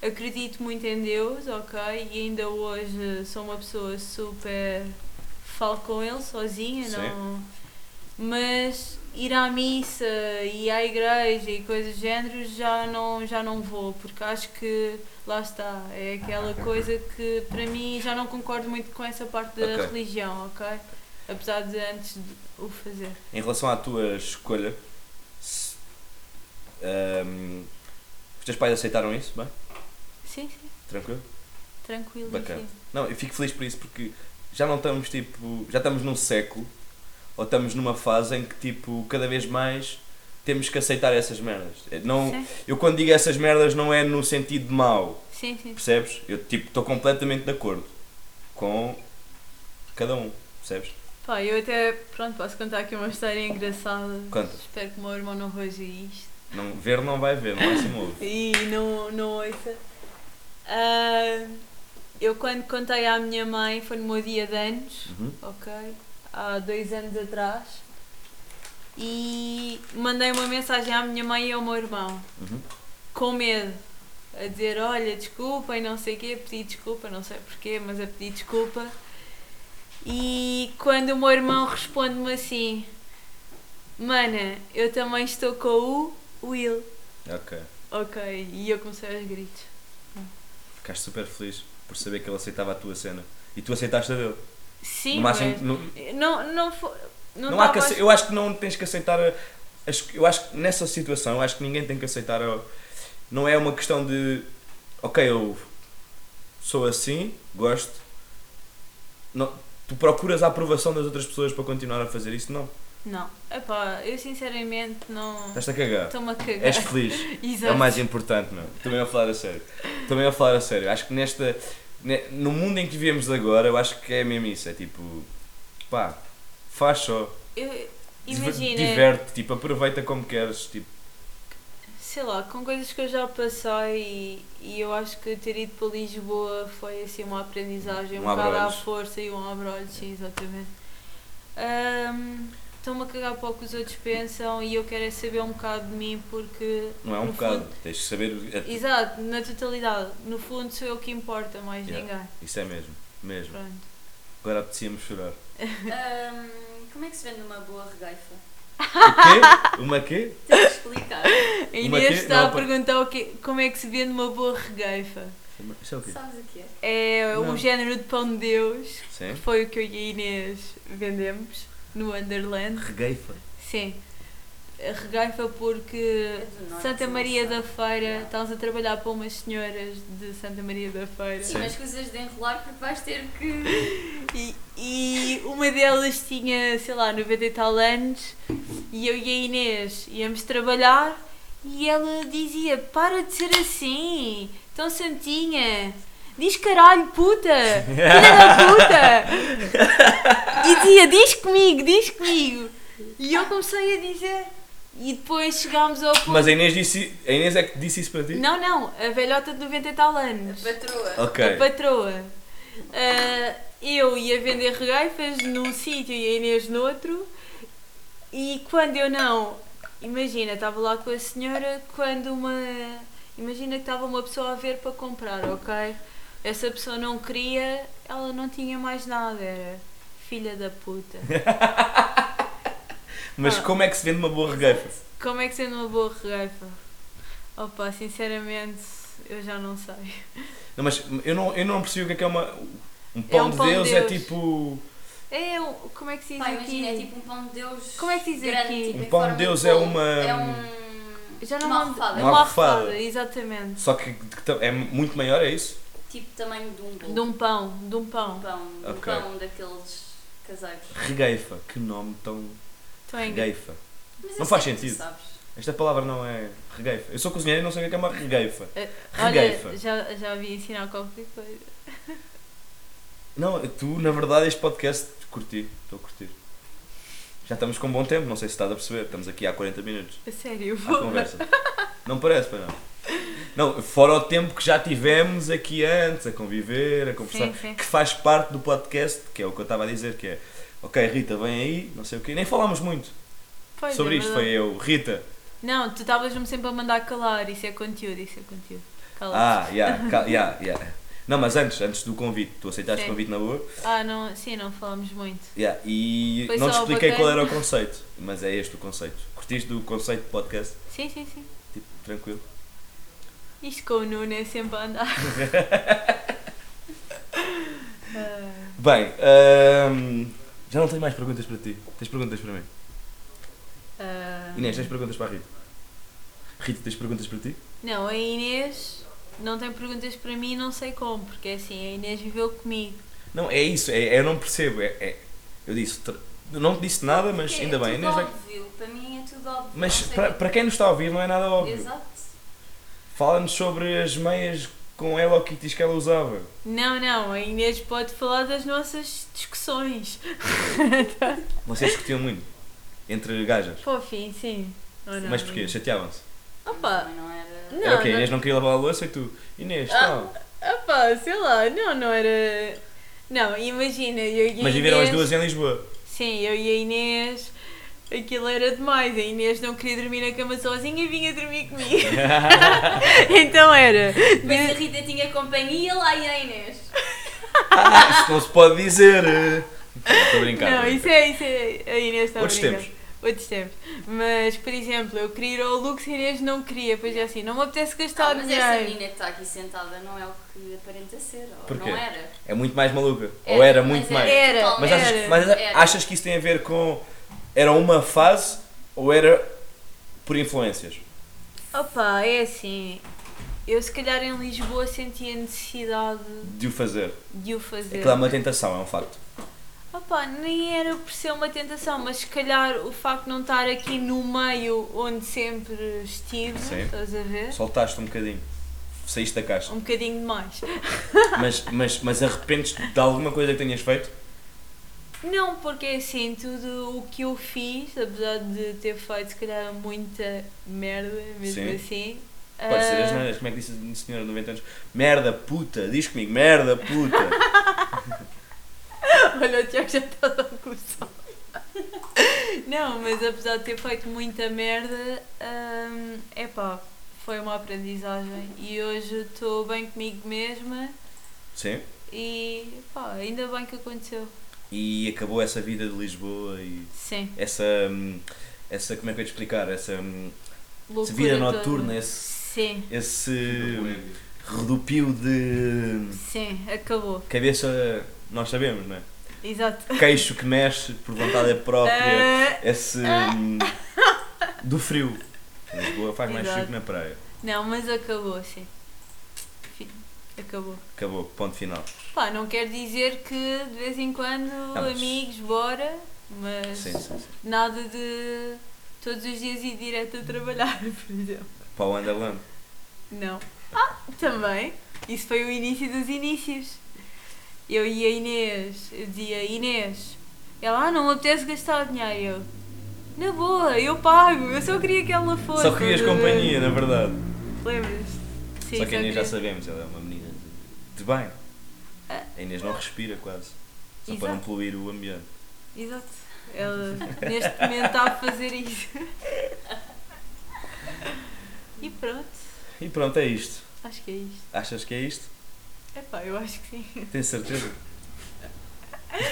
acredito muito em Deus, ok? E ainda hoje sou uma pessoa super. falo com Ele sozinha, Sim. não. Mas ir à missa e à igreja e coisas do género já não, já não vou, porque acho que lá está, é Ah, aquela coisa que para mim já não concordo muito com essa parte da Ok. religião, ok? Apesar de antes de o fazer. Em relação à tua escolha, se, ahm, os teus pais aceitaram isso? Bem? Sim, sim, Tranquilo? tranquilo. Bacana. enfim. Não, eu fico feliz por isso porque já não estamos tipo. Já estamos num século ou estamos numa fase em que tipo cada vez mais temos que aceitar essas merdas. É, Não, Sim, eu quando digo essas merdas não é no sentido de mau, sim, sim. percebes? Eu tipo estou completamente de acordo com cada um, percebes? Pá, eu até, pronto, posso contar aqui uma história engraçada. Conta. Espero que o meu irmão não veja isto. Não, ver não vai ver, não assim um vai se mover. E não, não ouça. Ah, eu quando contei à minha mãe, foi no meu dia de anos, Uhum. ok? Há dois anos atrás. E mandei uma mensagem à minha mãe e ao meu irmão. Uhum. com medo a dizer olha desculpa e não sei o quê, a pedir desculpa, não sei porquê, mas a pedir desculpa E quando o meu irmão responde-me assim: Mana, eu também estou com o Will. Ok. Ok, e eu comecei aos gritos. Ficaste super feliz por saber que ele aceitava a tua cena. E tu aceitaste a dele. Sim, no máximo, no- mas não, não, fo- não, não há tava que a- ace- Eu acho que não tens que aceitar. a- as- eu acho que nessa situação, eu acho que ninguém tem que aceitar. a- não é uma questão de. Ok, eu sou assim, gosto. Não, tu procuras a aprovação das outras pessoas para continuar a fazer isso? Não. assim, Não, epá, eu sinceramente não. Estás-te a cagar. Estou-me a cagar. És feliz. É Exato. o mais importante, meu. Também a falar a sério. Também a falar a sério. Acho que nesta. ne- No mundo em que vivemos agora, eu acho que é mesmo isso. É tipo. Pá, faz só. Eu- Diver- imagina, Diverte, tipo, aproveita como queres. Tipo, sei lá, com coisas que eu já passei e, e eu acho que ter ido para Lisboa foi assim uma aprendizagem, um, Um bocado à abre-olhos. força e um abrolho, sim, exatamente. Ahm, Estou-me a cagar para o que os outros pensam e eu quero é saber um bocado de mim porque. não é um no bocado. fundo- Tens de saber. é- exato, na totalidade. No fundo sou eu que importa, mais Yeah. ninguém. Isso é mesmo. Mesmo. Pronto. Agora apetecia-me chorar. Ahm, como é que se vende uma boa regaifa? O quê? Uma quê? Tens de explicar. A Uma Inês quê? está Não, a pa- perguntar o quê, como é que se vende uma boa regaifa. Isso é o quê? Sabes o que é? É um Não. género de pão de Deus, que Sim? foi o que eu e a Inês vendemos no Underland. Regueifa. Sim. A Regaifa porque É do norte, Santa não Maria sei. da Feira, Yeah. estávamos a trabalhar para umas senhoras de Santa Maria da Feira. Sim, mas coisas de enrolar porque vais ter que. E, e uma delas tinha, sei lá, 90 e tal anos, e eu e a Inês íamos trabalhar e ela dizia: Para de ser assim, tão santinha, diz caralho, puta, filha da puta. E dizia: Diz comigo, diz comigo. E eu comecei a dizer, e depois chegámos ao ponto. Mas a Inês, disse, a Inês é que disse isso para ti? Não, não, a velhota de 90 e tal anos Patroa. Ok. a patroa. Ah, eu ia vender regaifas num sítio e a Inês noutro. E quando eu não. Imagina, estava lá com a senhora quando uma. Imagina que estava uma pessoa a ver para comprar, ok? Essa pessoa não queria, ela não tinha mais nada, era filha da puta. Mas Ah. como é que se vende uma boa regueifa? Como é que sendo uma boa regaifa? Opa, sinceramente, eu já não sei. Não, mas eu não, eu não percebo o que é que é uma. Um pão, um de, pão de Deus, é Deus. tipo. É, um- como é que se diz Pá, aqui? imagina, é tipo um pão de Deus. Como é que se diz grande, aqui? tipo, Um pão em de forma Deus é bolo. uma- É um. Já não uma me- almofada. Uma Uma almofada. almofada, exatamente. Só que que ta- é muito maior, é isso? Tipo tamanho de um bolo. De um pão, de um Um pão. pão, de um Ok. pão daqueles caseiros. Regueifa. Que nome tão. Então é engra- Regueifa. Mas eu Não sei faz que tu sentido. sabes. Esta palavra não é regueifa. Eu sou cozinheiro e não sei o que é que é uma regueifa. Olha, Regueifa. já, já vi ensinar qualquer coisa. Não, tu, na verdade, este podcast curti. Estou a curtir. Já estamos com um bom tempo, não sei se estás a perceber. Estamos aqui há 40 minutos. A sério. À Ah, conversa. Não parece, pois não. Não, fora o tempo que já tivemos aqui antes, a conviver, a conversar, Sim, sim. que faz parte do podcast, que é o que eu estava a dizer, que é Ok, Rita, vem aí, não sei o quê. Nem falámos muito Pois, é sobre isto, foi verdade. eu. Rita, Não, tu estavas-me sempre a mandar calar, isso é conteúdo, isso é conteúdo. Cala. Ah, yeah, cal- yeah, yeah. Não, mas antes, antes do convite, tu aceitaste Sim. o convite na boa Ah, não, sim, não falámos muito. yeah, e Foi não te só expliquei qual bacana. era o conceito, mas é este o conceito. Curtiste do conceito de podcast? Sim, sim, sim. Tipo, tranquilo. Isto com o Nuno é sempre a andar. Ah, Bem, ahm, já não tenho mais perguntas para ti. Tens perguntas para mim? ah, Inês, tens perguntas para a Rita? Rita, tens perguntas para ti? Não, a Inês não tem perguntas para mim, não sei como, porque é assim, a Inês viveu comigo. Não, é isso, é, é- eu não percebo. É, é- eu disse, tra- eu não te disse nada, mas Porque ainda é bem. tudo Inês vai- óbvio. Para mim é tudo óbvio. Mas Não sei para, que- para quem nos está a ouvir, não é nada óbvio. Exato. Fala-nos sobre as meias com Hello Kitties que ela usava. Não, não, a Inês pode falar das nossas discussões. Vocês discutiam muito entre gajas. Pô, fim, sim. Ou não? Mas porquê? Chateavam-se. Opa. Também não era. Não, Era o quê? não- Inês não queria lavar a louça e tu? Inês, Ah, tal. Opa, sei lá, não, não era. Não, imagina, eu e a Inês. Mas viveram as duas em Lisboa. Sim, eu e a Inês. Aquilo era demais. A Inês não queria dormir na cama sozinha e vinha dormir comigo. então era. Um Depois a Rita tinha companhia lá e a Inês. Ah, isso não se pode dizer. Estou a brincar. Não, estou a isso brincar. é, isso é a Inês está a Outros brincar. tempos. Outros tempos. Mas, por exemplo, eu queria ir ao Lux e a Inês não queria, pois é assim, não me apetece gastar Ah, mas esta dinheiro. menina que está aqui sentada não é o que aparenta ser, ou Porquê? não era. É muito mais maluca. Ou era muito mas mais. Era, totalmente. Mas, achas, é- Era, mas era. achas que isso tem a ver com. Era uma fase ou era por influências? Opa, é assim. Eu se calhar em Lisboa senti a necessidade De o fazer? de o fazer. Aquilo é uma tentação, é um facto. Opa, nem era por ser uma tentação, mas se calhar o facto de não estar aqui no meio onde sempre estive, Sim. estás a ver? Soltaste um bocadinho. Saíste da caixa. Um bocadinho demais. Mas, mas, mas arrependes de alguma coisa que tenhas feito? Não, porque é assim, tudo o que eu fiz, apesar de ter feito se calhar muita merda, mesmo Sim. assim. Pode ser as ah, neiras, como é que disse a senhora de 90 anos? Merda puta, diz comigo, merda puta. Olha, o Tiago já está a um começar. Não, mas apesar de ter feito muita merda, é epá, foi uma aprendizagem. E hoje estou bem comigo mesma Sim. e pá, ainda bem que aconteceu. E acabou essa vida de Lisboa e Sim, essa. hum, Essa, como é que eu ia te explicar? Essa. hum, loucura vida toda. noturna, é. esse- Sim, Esse. redupio de. sim, acabou. cabeça. nós sabemos, não é? Exato. Queixo que mexe por vontade própria. Ah, Esse. hum, do frio. Lisboa faz mais frio Exato. que na praia. não, mas acabou, sim. Fim, Acabou. Acabou, ponto final. Pá, não quer dizer que de vez em quando mas- amigos, bora, mas Sim, sim, sim. Nada de todos os dias ir direto a trabalhar, por exemplo. Para o Wonderland. Não. Ah, também. Isso foi o início dos inícios. Eu e a Inês, eu dizia Inês, ela, ah, não me apetece gastar dinheiro. Eu, na boa, eu pago, eu só queria que ela fosse. Só querias estás a ver? companhia, na verdade. Lembras? Sim, só que a Inês já queria. sabemos, ela é uma menina de, de bem. Ah. A Inês não respira quase. Só para Exato. não poluir o ambiente. Exato. Ela neste momento está a fazer isso. e pronto, E pronto, é isto. acho que é isto. Achas que é isto? Epá, eu acho que sim. Tens certeza?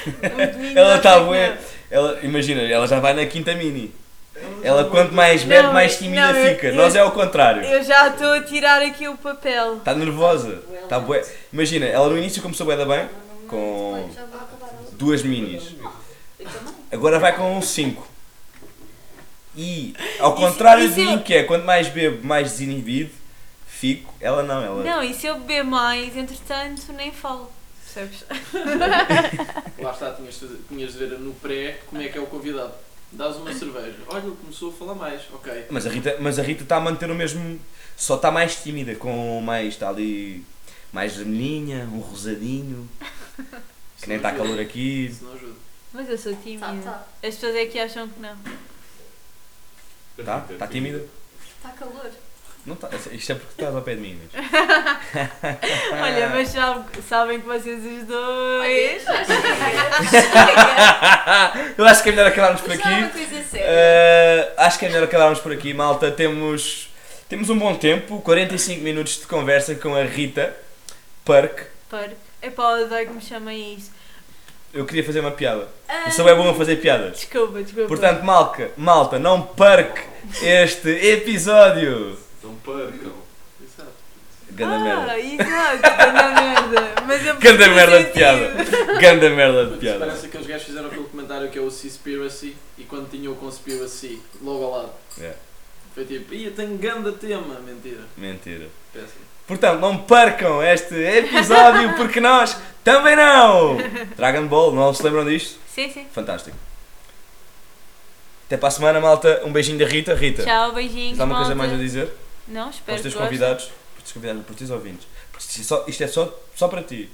Um domingo Ela à está tarde, bué. não. Ela, imagina, ela já vai na quinta mini. Ela quanto mais bebe, Não, mais tímida não, eu- fica. eu- Nós é ao contrário. Eu já estou a tirar aqui o papel. Está nervosa. Tá bué. Imagina, ela no início começou bué da bem, com Já vou acabar a outra. duas minis. Eu também. Agora vai com um 5. E ao contrário isso de mim, eu- que é quanto mais bebo, mais desinibido fico, ela não, ela. Não, e se eu beber mais, entretanto, nem falo. Percebes? Lá está, tinhas de, tinhas de ver no pré como é que é o convidado. Dás uma cerveja. Olha, ele começou a falar mais. Ok. Mas a Rita mas a Rita está a manter o mesmo. Só está mais tímida, com mais. Está ali. Mais vermelhinha, um rosadinho, que Isso nem tá está não ajuda. calor aqui. Isso não ajuda. Mas eu sou Tá, tímida. tá. As pessoas é que acham que não. Tá? Tá tímida? Está calor. Não tá, isto é porque estás ao pé de mim, Inês. Ah. Olha, mas sabe- sabem que vocês os Olha, dois. É. já chega. Eu acho que é melhor acabarmos por Mas já é uma aqui. coisa séria. Uh, acho que é melhor acabarmos por aqui, malta. Temos, temos um bom tempo 45 minutos de conversa com a Rita Park. Parque. É pá, eu odeio que me chamem isso. Eu queria fazer uma piada. Eu Ah, sou é bom a fazer piadas. Desculpa, desculpa. Portanto, malca, malta, não perque este episódio. Então percam. Exato. Ganda merda. ah, exato, ganda merda. Mas eu Ganda percebi merda de sentido. piada. Ganda merda de Mas piada. Parece aqueles gajos que fizeram aquele comentário que é o Seaspiracy e quando tinha o Conspiracy logo ao lado. É, Foi tipo, ia tenho ganda tema. Mentira. mentira. Péssimo. Portanto, não percam este episódio porque nós também não! Dragon Ball, não se lembram disto? Sim, sim. Fantástico. Até para a semana, malta. Um beijinho da Rita. Rita, Tchau, beijinhos. tens alguma coisa malta. mais a dizer? Não, Para espero os que teus gostem. convidados? Para os teus convidados, para os teus ouvintes. Porque isto é só, isto é só, só para ti.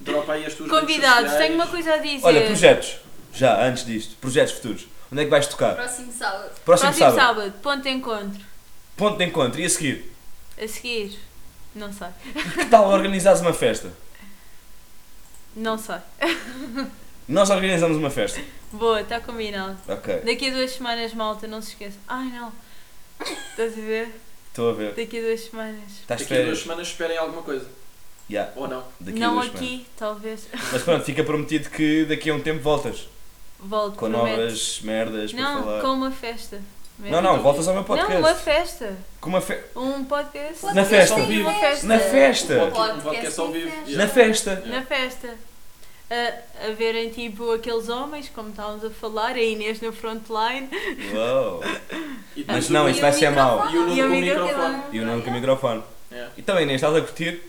Dropa aí as tuas redes Convidados, sociais. tenho uma coisa a dizer. Olha, projetos. Já, antes disto. Projetos futuros. Onde é que vais tocar? Próximo sábado. Próximo, Próximo sábado. sábado, ponto de encontro. Ponto de encontro. E a seguir? A seguir, não sei. Que tal organizares uma festa? Não sei. Nós organizamos uma festa. Boa, está combinado. Ok. Daqui a duas semanas, malta, não se esqueça. Ai não. Estás a ver? Estou a ver. Daqui a duas semanas. Estás de Daqui a duas férias. semanas esperem alguma coisa. Yeah, Ou não? daqui a não duas semanas. aqui, talvez. Mas pronto, fica prometido que daqui a um tempo voltas. Volto, Com prometo. novas merdas para Não, falar. com uma festa. Não, não, voltas ao meu podcast. Não, uma festa. Com uma fe... Um podcast. Na festa. Sim, uma festa. Na festa! podcast Um podcast ao vivo. em festa. Na festa! Na festa. A, a verem tipo aqueles homens, como estávamos a falar, a Inês na frontline. Uau! E Mas tu- não, E isso o vai ser é mau. microfone. E E o nome o do Miguel microfone. E o nome com o microfone. Yeah. E também nem estás a curtir?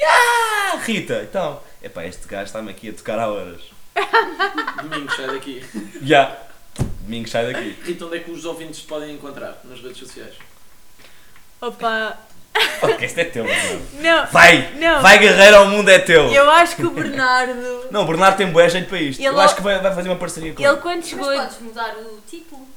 Yeah! Rita! Então, epá, este gajo está-me aqui a tocar há horas. Domingo, sai daqui. Já! Domingo sai daqui. Rita, onde é que os ouvintes te podem encontrar? Nas redes sociais. Opa, Porque este é teu, Bernardo. não, Vai! não. Vai, guerreiro, ao mundo é teu! Eu acho que o Bernardo, Não, o Bernardo tem boé jeito para isto. Ele- Eu acho que vai, vai fazer uma parceria com ele. ele quando chegou. Mas podes mudar o título. Tipo,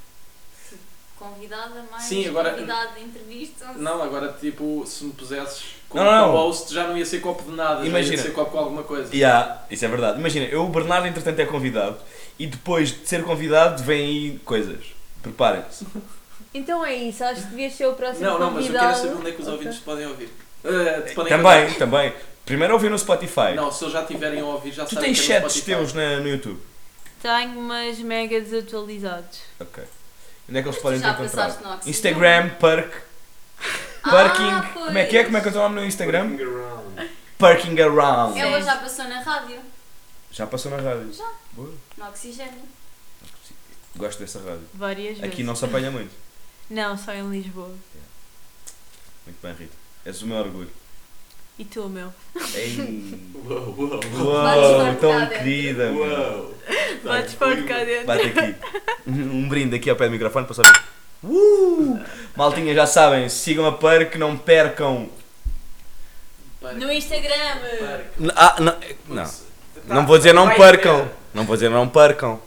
Convidada mais Sim, agora- convidado de entrevista. Não, agora tipo, se me pusesses como Não, não. co-host já não ia ser copo de nada, já Imagina. ia ser copo com alguma coisa. Yeah, isso é verdade. Imagina, eu, o Bernardo, entretanto, é convidado. E depois de ser convidado, vêm aí coisas. Preparem-se. Então é isso, acho que devias ser o próximo Não, não, mas eu quero convidado. saber onde é que os ouvintes te podem ouvir. Eh, te podem Também, encontrar. também. Primeiro ouvir no Spotify. Não, se eles já tiverem a ouvir, já tu sabem tens que é no chats Spotify. teus na- no YouTube. Tenho, mas mega desatualizados. Ok. Onde é que eles Tu podem te já encontrar? pensaste no oxigênio? Instagram, Park. Ah, Parking. pois. como é que é? Como é que eu estou no Instagram? around. Parking Around. Ela já passou na rádio, Já passou na rádio. Já. Boa. no oxigênio. Gosto dessa rádio. Várias vezes. Aqui não se apanha muito. Não, só em Lisboa. Muito bem, Rita. És o meu orgulho. E tu, meu? Ei. Uou, uau, Uou, Bates tão forte cá querida. meu. uau. Bates forte cá dentro. Bate aqui. Um brinde aqui ao pé do microfone para saber. Uh! Maltinha, já sabem, sigam a Park, não percam. Para- No é Instagram! para- N- Ah, não, não. Não vou dizer não Tá, Vai percam. ver. Não vou dizer não percam.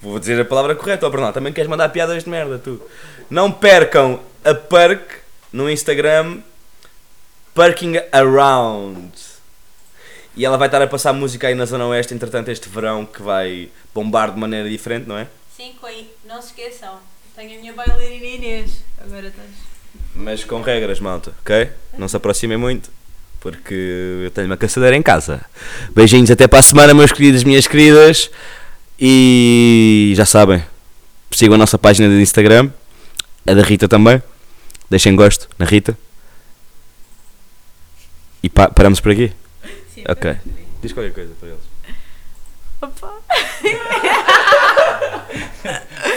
Vou dizer a palavra correta, ó Bernardo. Também queres mandar piadas de merda, tu. Não percam a perk no Instagram Parking Around. E ela vai estar a passar música aí na Zona Oeste, entretanto, este verão que vai bombar de maneira diferente, não é? Sim, coi, não se esqueçam. Tenho a minha bailarina Inês. Agora estás. Mas com regras, malta, ok? Não se aproximem muito, porque eu tenho uma caçadeira em casa. Beijinhos até para a semana, meus queridos, minhas queridas. E já sabem, sigam a nossa página de Instagram, a da Rita também. Deixem gosto na Rita. E pa- paramos por aqui? Sim, Ok. Diz qualquer coisa para eles. Opa.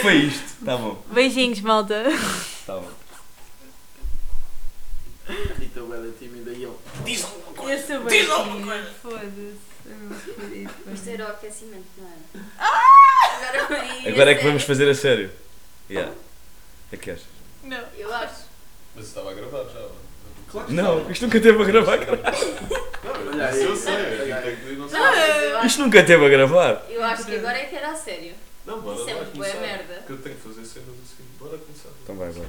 Foi isto. Tá bom, Beijinhos, malta. tá bom. Rita Ueda Então, é tímida e ele. Diz alguma coisa. Eu sou Diz alguma beijinho. coisa. Foda-se. Eu não acredito. Isto era o aquecimento, não era? Agora, vai- Agora é que vamos fazer a sério. Yeah. O que é que achas? Não. Eu acho. Mas estava a gravar já. ó. Claro que Não, isto nunca teve a gravar, cara. Olha aí. Isso eu sei. Olha aí. é que Não, sei. Não, mas eu acho. Isto nunca teve a gravar. Eu acho que agora é que era a sério. não bora Isso é lá uma boa começar. merda. Que eu tenho que fazer cenas assim. Bora começar. Então vai, vai.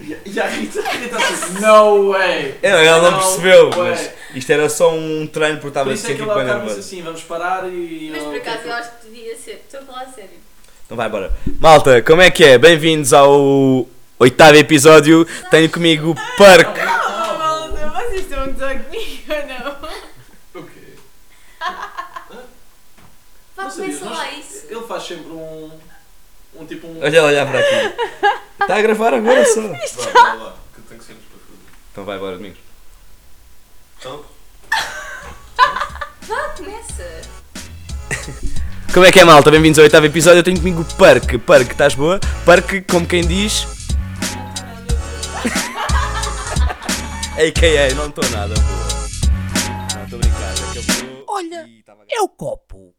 E- E a Rita, a Rita assim, no way. Ela, ela não No percebeu, way. mas isto era só um treino porque Por estava a isso é sentir que bem lá estávamos nervosa. assim, vamos parar e... Mas por eu- acaso eu acho que devia ser. Estou a falar a sério. Então vai, bora. Malta, como é que é? Bem-vindos ao oitavo episódio. Tenho comigo o Park. Ah, malta, vocês estão a gozar comigo ou não? O quê? Vá, Não sabias, começa nós- lá isso. Ele faz sempre um... Um tipo um... Olha ela olhar para aqui. Está a gravar agora só. Vá, bora lá. Que eu tenho cenas para fazer. Então vai, bora, Domingos. Então, Vá, começa. Como é que é, malta? Bem-vindos ao oitavo episódio. Eu tenho comigo o Park. Park, estás boa? Park, como quem diz. é AKA, não estou nada boa. Não, estou brincando. Acabou. Olha, É o copo.